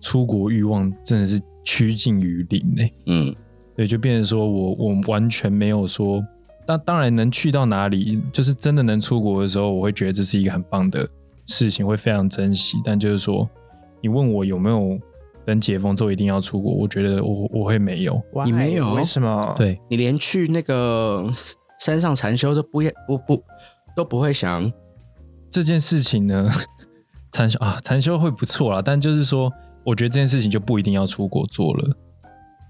出国欲望真的是趋近于零诶、嗯对，就变成说我我完全没有说，那当然能去到哪里，就是真的能出国的时候，我会觉得这是一个很棒的事情，会非常珍惜。但就是说，你问我有没有等解封之后一定要出国，我觉得我我会没有。哇你没有为什么？，对，你连去那个山上禅修都不不不都不会想。这件事情呢， 禅修啊，禅修会不错啦，但就是说，我觉得这件事情就不一定要出国做了。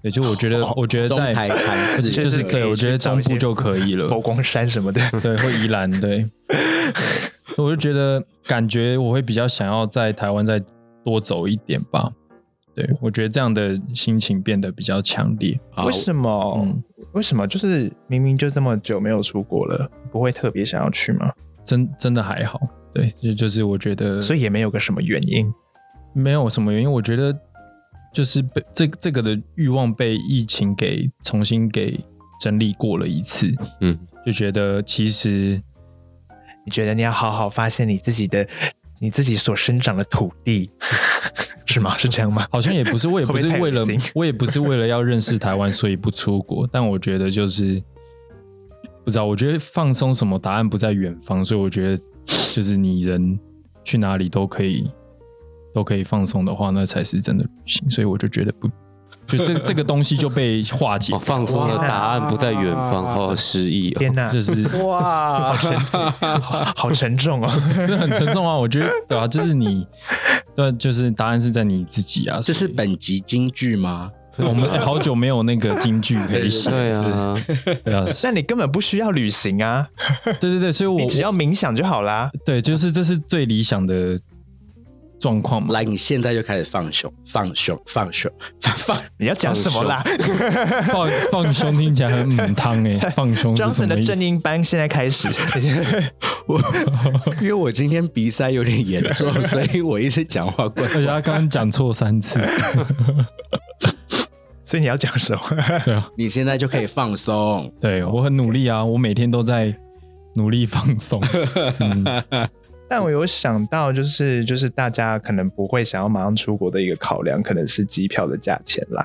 也就我觉得，哦我觉得中在台禅寺就是可以对我觉得去找一中部些就可以了佛光山什么的。对，会宜兰， 对。我就觉得，感觉我会比较想要在台湾再多走一点吧。对，我觉得这样的心情变得比较强烈。好为什么？嗯为什么？就是明明就这么久没有出国了，不会特别想要去吗？真真的还好，对，就就是我觉得，所以也没有个什么原因。没有什么原因，我觉得就是被这这个的欲望被疫情给重新给整理过了一次，嗯，就觉得其实你觉得你要好好发现你自己的，你自己所生长的土地， 是吗？是这样 吗？好像也 不是，我也不是会不会为太了恶心，我也不是为了要认识台湾，所以不出国。但我觉得就是不知道，我觉得放松什么答案不在远方，所以我觉得就是你人去哪里都可以，都可以放松的话，那才是真的旅行。所以我就觉得不，就这这个东西就被化 解哦，，放松的答案不在远方，好好失忆哦。啊天哪，就是哇，好好沉重哦！ 这很沉重啊。我觉得对啊，就是你对啊，就是答案是在你自己啊。 这是所以本集京剧吗？我们哎好久没有那个京剧可以写，对是不是，啊，对啊，那你根本不需要旅行啊，对对对，所以我你只要冥想就好啦。对，就是这是最理想的状况嘛。来，你现在就开始放熊，放熊，放熊，放放。 你要讲什么啦？ 放放胸听起来很母汤哎，放胸是 Johnson 什么的意正思？音班现在开始，我因为我今天鼻塞有点严重，所以我一直讲话怪而且他刚刚讲错三次， 所以你要讲什么？对啊，你现在就可以放松。对我很努力啊，我每天都在努力放松。嗯， 但我有想到，就是就是大家可能不会想要马上出国的一个考量，可能是机票的价钱啦。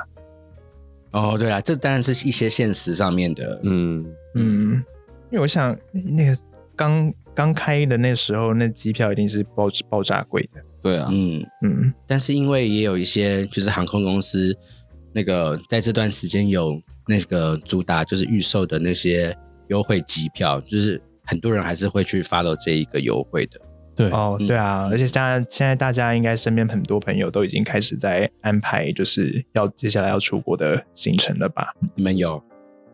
哦，对了，这当然是一些现实上面的，嗯，嗯，因为我想那个刚刚开的那时候，那机票一定是爆爆炸贵的。对啊，嗯，嗯，但是因为也有一些就是航空公司那个在这段时间有那个主打就是预售的那些优惠机票，就是很多人还是会去 follow 这一个优惠的。对，哦，嗯对啊，而且现在现在大家应该身边很多朋友都已经开始在安排，就是要接下来要出国的行程了吧？你们有？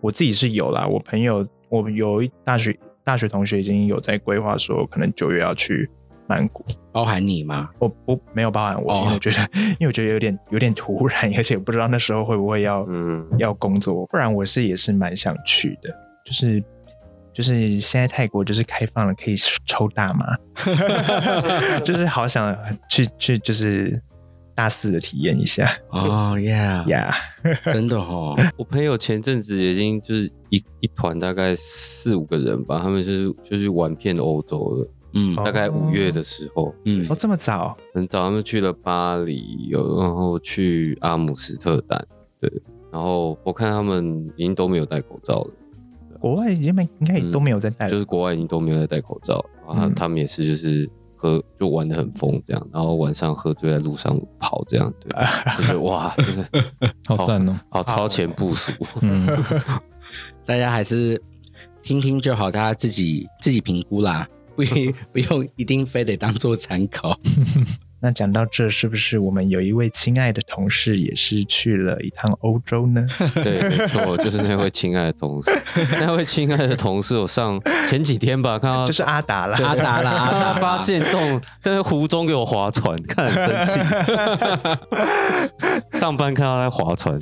我自己是有啦，我朋友我有一大学大学同学已经有在规划说，可能九月要去曼谷。包含你吗？我不没有包含我，哦因为我觉得，因为我觉得有点有点突然， 而且我不知道那时候会不会要、嗯，要工作，不然我是也是蛮想去的，就是就是现在泰国就是开放了，可以抽大 麻，就是好想去去就是大四的体验一下哦，yeah，呀真的哦，我朋友前阵子已经就是一一团大概四五个人吧，他们就是就是玩遍欧洲了，嗯大概五月的时候，嗯哦，这么早很早他们去了巴黎，有然后去阿姆斯特丹，对，然后我看他们已经都没有戴口罩了。国外也没应该也都没有在带、嗯就是国外已经都没有在戴口罩，然后哎嗯他们也是就是喝就玩的很疯这样，然后晚上喝醉在路上跑这样，对，就是哇，真的好赞哦。好超前部署，嗯，大家还是听听就好，大家自己自己评估啦， 不一不用一定非得当做参考。那讲到这，是不是我们有一位亲爱的同事也是去了一趟欧洲 呢？对，没错，就是那位亲爱的同事，那位亲爱的同事，我上前几天吧，看到就是阿达啦，阿达啦，阿 看达他啦发现洞在那湖中给我划船，看 很生气。上班看到他在划船，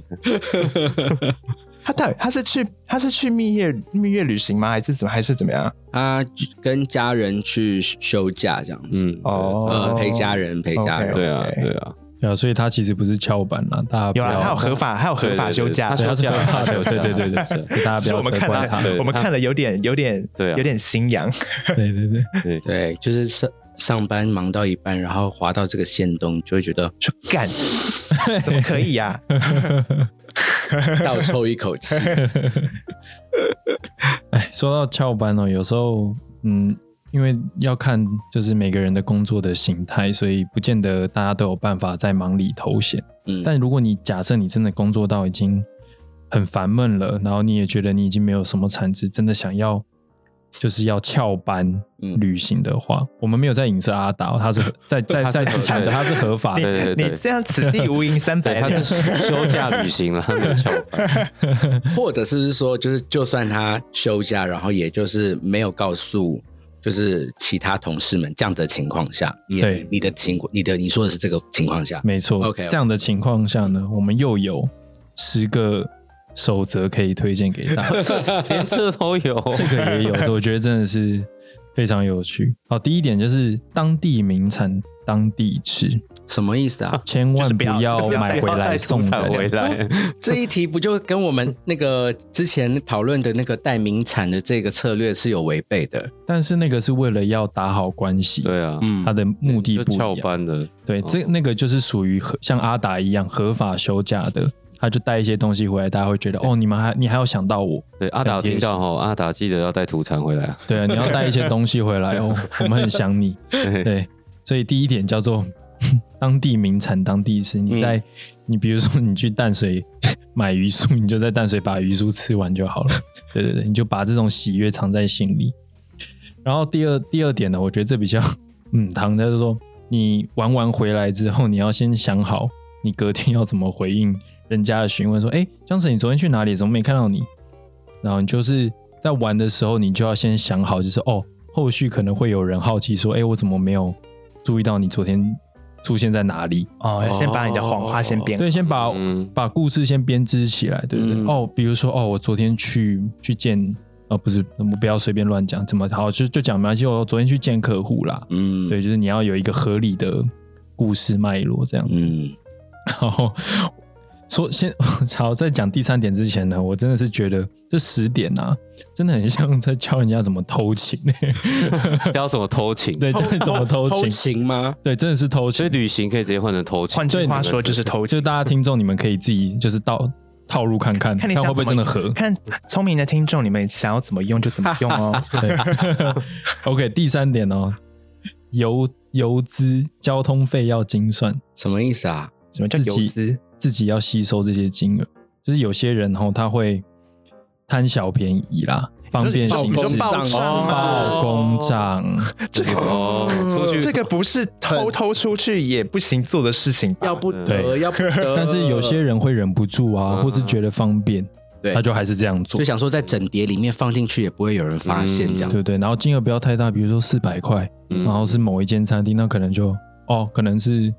他到底他是去他是去蜜月蜜月旅行吗？还是怎么还是怎么样？啊，跟家人去休假这样子，嗯，哦呃，陪家人陪家人 OK，OK 对啊，对啊，对啊，所以他其实不是翘班啦，大哦家不有啊要啦，他有合法，他有合法休假对对，他对是合法的，休假对对对休假对对，大家不是要我们责看怪了他，对我们他看了有点有点对啊有点心痒，对对对，对，对，就是上上班忙到一半，然后滑到这个线洞，就会觉得说 干怎么可以啊呀？倒抽一口气。哎，说到翘班哦，有时候嗯，因为要看就是每个人的工作的形态，所以不见得大家都有办法在忙里偷闲。嗯，但如果你假设你真的工作到已经很烦闷了，然后你也觉得你已经没有什么产值，真的想要就是要翘班嗯旅行的话，我们没有在影射阿达哦，他是在在在他是次强调他是合法你的。对对对你这样此地无银三对，百他两，是休假旅行了，他没有翘班。或者是说，就是就算他休假，然后也就是没有告诉，就是其他同事们这样的情况下，也对你的情况，你的你说的是这个情况下，没错 OK，OK 这样的情况下呢，嗯我们又有十个守则可以推荐给大家。 连这都有， 这个也有，我觉得真的是非常有趣。好，第一点就是当地名产当地吃，？什么意思啊 千就是万不不要要就是不要买回来送返回人。来。这一题不就跟我们那个之前讨论的那个带名产的这个策略是有违背的？但是那个是为了要打好关系，对啊，嗯他，的目的就不一翘样。班的，对，哦这那个就是属于合像阿达一样合法休假的，他就带一些东西回来，大家会觉得哦，你们还你还要想到我。对阿达有听到哈，阿达记得要带土产回来啊。对啊，你要带一些东西回来哦，我们很想你。对，所以第一点叫做 当地名产当地吃。你在、你比如说你去淡水 买鱼酥，你就在淡水把鱼酥吃完就好了。对对对，你就把这种喜悦藏在心里。然后第二第二点呢，我觉得这比较 嗯，唐就是说你玩完回来之后，你要先想好你隔天要怎么回应人家的询问，说：“哎，江晨，你昨天去哪里？怎么没看到你？”然后你就是在玩的时候，你就要先想好，就是哦，后续可能会有人好奇说：“哎，我怎么没有注意到你昨天出现在哪里哦，先把你的谎话先？”编，哦对，先把、嗯把故事先编织起来，对不对？嗯哦，比如说哦，我昨天去去见。哦，不是，我们不要随便乱讲，怎么好就就讲没关系。哦我昨天去见客户啦，嗯，对，就是你要有一个合理的故事脉络这样子。嗯，然后说先 好，在讲第三点之前呢，我真的是觉得这十点啊，真的很像在教人家怎么偷情、 要怎么偷情？对，教你怎么偷偷情，情吗？对，真的是偷所以情。旅行可以直接换成偷情。换句话说就是我偷就情。大家听众，你们可以自己就是到套路看看，看你看想会不会怎真么的合。看聪明的听众，你们想要怎么用就怎么用 哦。对，OK，第三点哦，油油资交通费要精算。什么意思啊？什么叫自游己资？自己要吸收这些金额。就是有些人吼、他会贪小便宜啦，方便报行你说事，报账账报吗？公账。这个哦，出去这个不是偷偷出去也不行做的事情吧？要不得，对要不得。 但是有些人会忍不住啊，嗯或是觉得方便，对他就还是这样做嗯就，想说在整碟里面放进去也不会有人发现，这样对不对？然后金额不要太大，比如说四百块，嗯然后是某一间餐厅，那可能就哦，可能是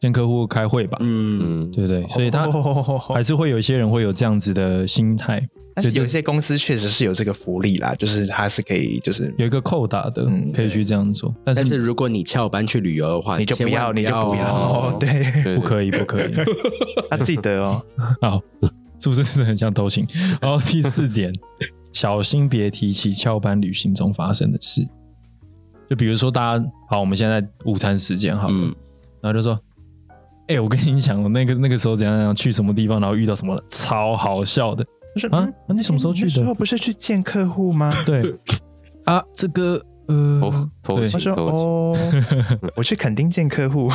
跟客户开会吧，嗯，嗯，对不对？所以他哦 还是会有一些人会有这样子的心态，但是有些公司确实是有这个福利啦，就是它是可以，就是有一个扣打的嗯可以去这样做，但但是是如果你翘班去旅游的话，你就不千万要，你就不要哦哦。对，对不可以，不可以。 要记得哦。好，是不是真的很像偷情？然后第四点，小心别提起翘班旅行中发生的事。就比如说，大家好，我们现在午餐时间好了，嗯然后就说：“哎、我跟你讲，我那个那个时候怎样怎样去什么地方，然后遇到什么了，超好笑的。就是啊那你什么时候去的那时候不是去见客户吗？对 啊，这个呃，偷对他偷情说偷情。哦，我去垦丁见客 户，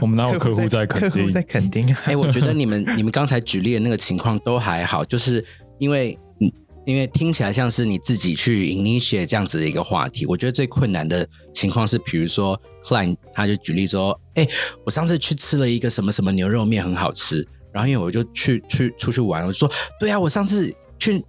我们哪有客户在客肯户定？在垦丁啊， 哎、我觉得你们你们刚才举例的那个情况都还好，就是因为嗯因为听起来像是你自己去 initiate 这样子的一个话题。我觉得最困难的情况是，比如说 Klein 他就举例说，哎、我上次去吃了一个什么什么牛肉面，很好吃。然后因为我就去去出去玩，我就说，对啊，我上次去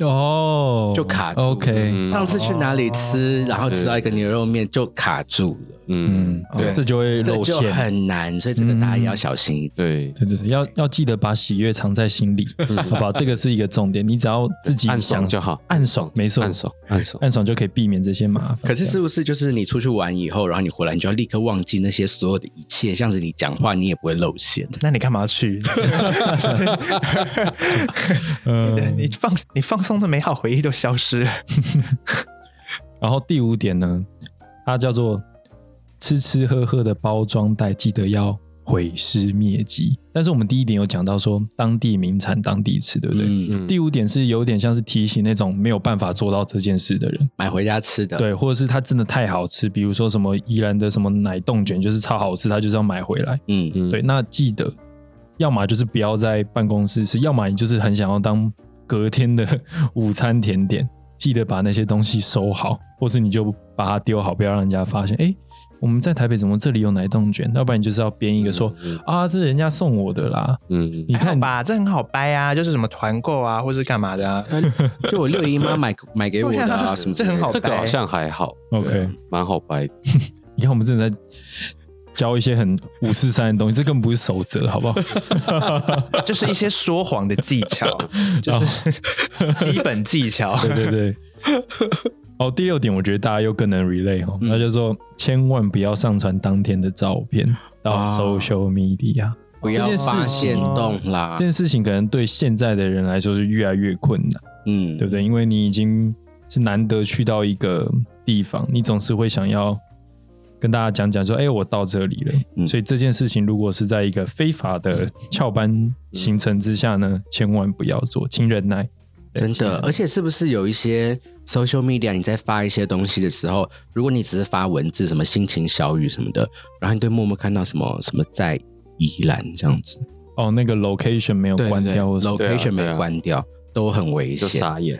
哦，就卡住了 OK，嗯上次去哪里吃，然后吃到一个牛肉面就卡住了，嗯嗯，，对这就会这露就馅。很难，所以这个大家也要小心一点。对，对对对，要要记得把喜悦藏在心里，好不好？这个是一个重点，你只要自己暗爽想就好，暗爽，没错，暗爽，暗爽。暗爽就可以避免这些麻烦。可是是不是就是你出去玩以后，然后你回来，你就要立刻忘记那些所有的一切，这样子你讲话你也不会露馅。那你干嘛去？对 嗯你放你放松的美好回忆都消失 了。然后第五点呢，它叫做吃吃喝喝的包装袋，记得要毁尸灭迹。但是我们第一点有讲到说当地名产、当地吃，对不对？嗯，嗯，第五点是有点像是提醒那种没有办法做到这件事的人，买回家吃的，，对，或者是它真的太好吃，比如说什么宜兰的什么奶冻卷就是超好吃，他就是要买回来。嗯，嗯对，，那记得，要么就是不要在办公室吃，要么你就是很想要当隔天的 午餐甜点，记得把那些东西收好，或是你就把它丢好，不要让人家发现。哎、我们在台北怎么这里有奶冻卷？要不然你就是要编一个说、嗯啊，这是人家送我的啦。嗯，你还好看，吧，这很好掰啊，就是什么团购啊，或是干嘛的啊。就我六姨妈买 买给我的对啊，啊什么这之类很的好这掰，个好像还好啊 OK 对啊蛮好掰的。你看我们真的在教一些很五四三的东西，这根本不是守则，好不 好？就是一些说谎的技巧， 就然后是基本技巧。 对对对。哦，第六点，我觉得大家又更能 relay 哦，那就是说千万不要上传当天的照片到啊 social media，、不要这件事发情现动啦这，件事情可能对现在的人来说是越来越困难，嗯，对不对？因为你已经是难得去到一个地方，你总是会想要跟大家讲讲说，哎，我到这里了。嗯所以这件事情如果是在一个非法的翘班行程之下呢，千万不要做，请忍耐。对真请忍的，耐而且是不是有一些 social media 你在发一些东西的时候，如果你只是发文字，什么心情小语什么的，然后你对默默看到什么什么在宜兰这样子，哦，那个 location 没有对关对掉或者什么的， ，location 对啊没关掉，都很危就险。傻眼，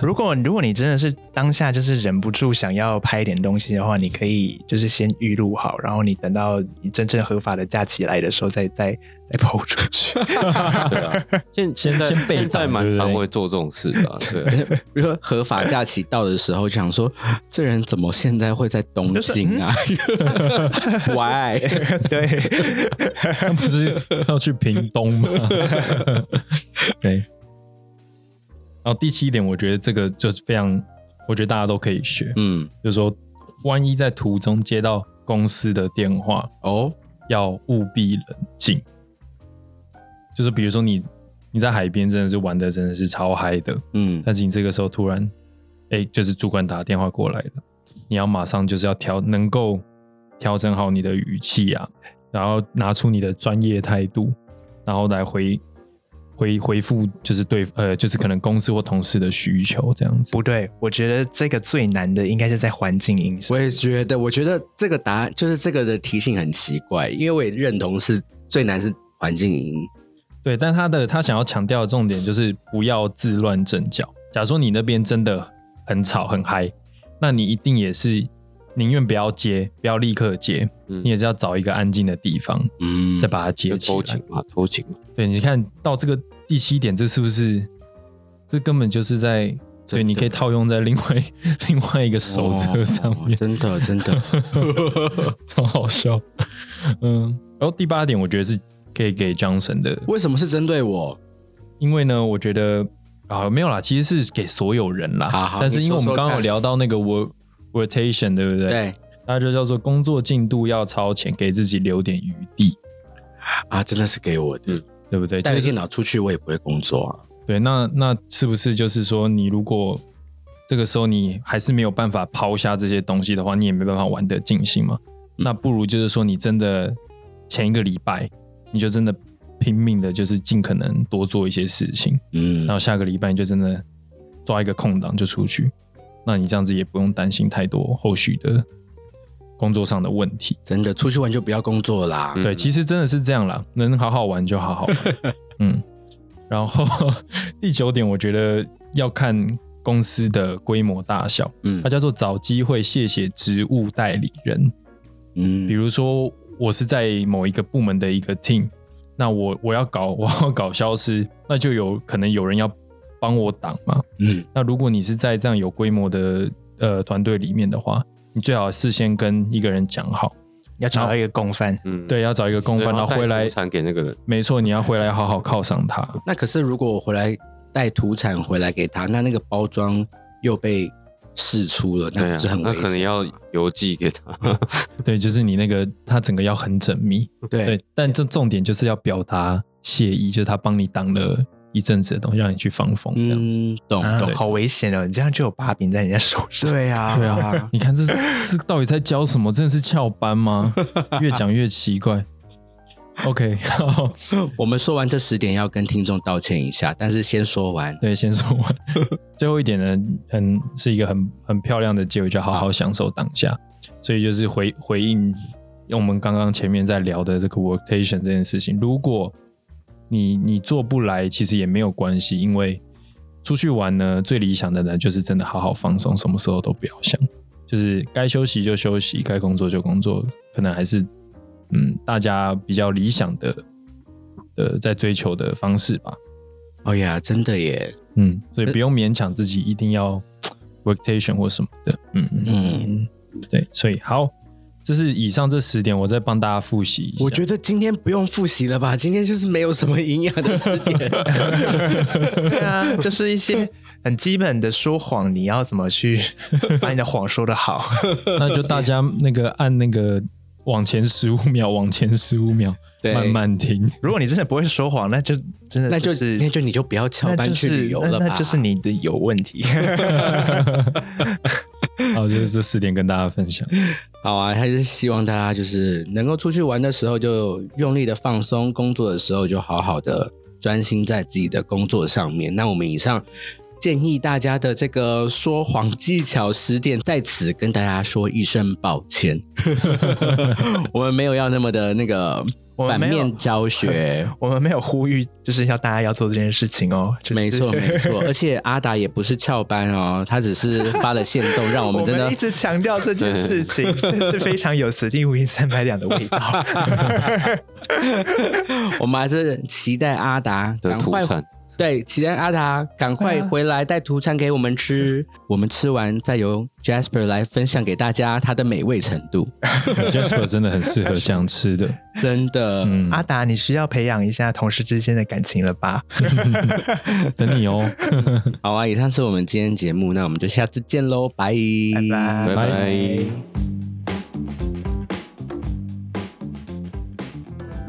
如果如果你真的是当下就是忍不住想要拍一点东西的话，你可以就是先预录好，然后你等到你真正合法的假期来的时候再再再抛出 去。对啊。现现在先备现在档蛮对不常对会做这种事 的啊，对啊，比如说合法假期到的时候，就想说这人怎么现在会在东京啊 ？Why？对，他不是要去屏东 吗？对。然后第七点，我觉得这个就是非常，我觉得大家都可以学，嗯，就是说，万一在途中接到公司的电话，哦，要务必冷静。就是比如说你你在海边真的是玩的真的是超嗨的，嗯，但是你这个时候突然，哎、就是主管打电话过来了，你要马上就是要调，能够调整好你的语气啊，然后拿出你的专业态度，然后来回回回复，就是对呃，就是可能公司或同事的需求这样子。不对，我觉得这个最难的应该是在环境因素我。也觉得，我觉得这个答案就是这个的提醒很奇怪，因为我也认同是最难是环境因对，但他的他想要强调的重点就是不要自乱阵脚。假如说你那边真的很吵很嗨，那你一定也是宁愿不要接，不要立刻接，嗯你也是要找一个安静的地方，嗯，再把它接就起偷来情。嘛，偷情嘛，对，你看到这个第七点，这是不是？这根本就是在真对，你的可以套用在另外 另外一个守则上面 哦，真的真的，好好笑。嗯，然后第八点，我觉得是可以给 Johnson 的，为什么是针对我？因为呢，我觉得啊没有啦，其实是给所有人啦。好好但是因为我你说说们刚刚有看聊到那个 work rotation，对不对？，对它就叫做工作进度要超前，给自己留点余地，啊，真的是给我的，对不对？带着就是电脑出去我也不会工作啊，对，那那是不是就是说，你如果这个时候你还是没有办法抛下这些东西的话，你也没办法玩得尽兴嘛？嗯那不如就是说，你真的前一个礼拜你就真的拼命的，就是尽可能多做一些事情，嗯然后下个礼拜你就真的抓一个空档就出去，那你这样子也不用担心太多后续的工作上的问题。真的出去玩就不要工作啦，嗯对，其实真的是这样啦，能好好玩就好好玩。嗯，然后 第九点，我觉得要看公司的规模大小，嗯它叫做找机会谢谢职务代理人。比嗯，如说我是在某一个部门的一个 team，那我我要搞 我要搞消失，那就有可能有人要帮我挡嘛。嗯，那如果你是在这样有规模的呃团队里面的话，你最好事先跟一个人讲好，要找到一个共犯，嗯，对，要找一个共对，犯，然后回来，传给那个人，没错，你要回来好好犒赏 他。那可是如果我回来带土产回来给他，那那个包装又被试出了，对那啊不是很，危那险吗？啊可能要邮寄给他，对，就是你那个他整个要很缜密，对对，但这重点就是要表达谢意，就是他帮你挡了一阵子的东西，让你去放风这样子。嗯，懂啊懂，好危险哦！你这样就有把柄在人家手上。对啊，对啊，，你看这这到底在教什么？真的是翘 班吗？越讲越奇怪。OK，好， 我们说完这十点要跟听众道歉一下，但是先说完，对，先说完。 最后一点呢，很是一个很很漂亮的结尾，就好好享受当下。所以就是回回应我们刚刚前面在聊的这个 workation 这件事情，如果你你做不来，其实也没有关系，因为出去玩呢，最理想的呢就是真的好好放松，什么时候都不要想，就是该休息就休息，该工作就工作，可能还是嗯大家比较理想的的在追求的方式吧。哦呀，真的耶，嗯，所以不用勉强自己一定要 workation 或什么的。嗯嗯，嗯，对，所以好，这是以上这十点，我再帮大家复习一下。我觉得今天不用复习了吧，今天就是没有什么营养的十 点，对啊，就是一些很基本的说谎，你要怎么 去把你的谎说的好？ 那就大家那个按那个往前十五秒，往前十五秒， 对慢慢听。如果你真的不会说谎，那就真的那就是那就你就不要翘那班就去是旅游了吧，那那就是你的有问题。 好，就是这十点跟大家分 享。好啊，还是希望大家就是能够出去玩的时候就用力的放松，工作的时候就好好的专心在自己的工作上面。那我们以上建议大家的这个说谎技巧十点，在此跟大家说一声抱歉， 我们没有要那么的那个我反们没有 面教学。我们没有呼吁，就是要大家要做这件事情哦。就是 没错，没错，而且阿达也不是翘班哦，他只是发了线动， 让我我们真的一直强调这件事情，这是非常有此地无银三百两的味 道。我们还是期待阿达的赶土快产，对，期待阿达赶快嗯回来带土产给我们吃，我们吃完再由 Jasper 来分享给大家它的美味程度， Jasper 真的很适合这样吃的。真的。嗯，阿达，你需要培养一下同事之间的感情了吧？等你哦。好啊，以上是我们今天节目，那我们就下次见喽，拜拜拜拜拜拜。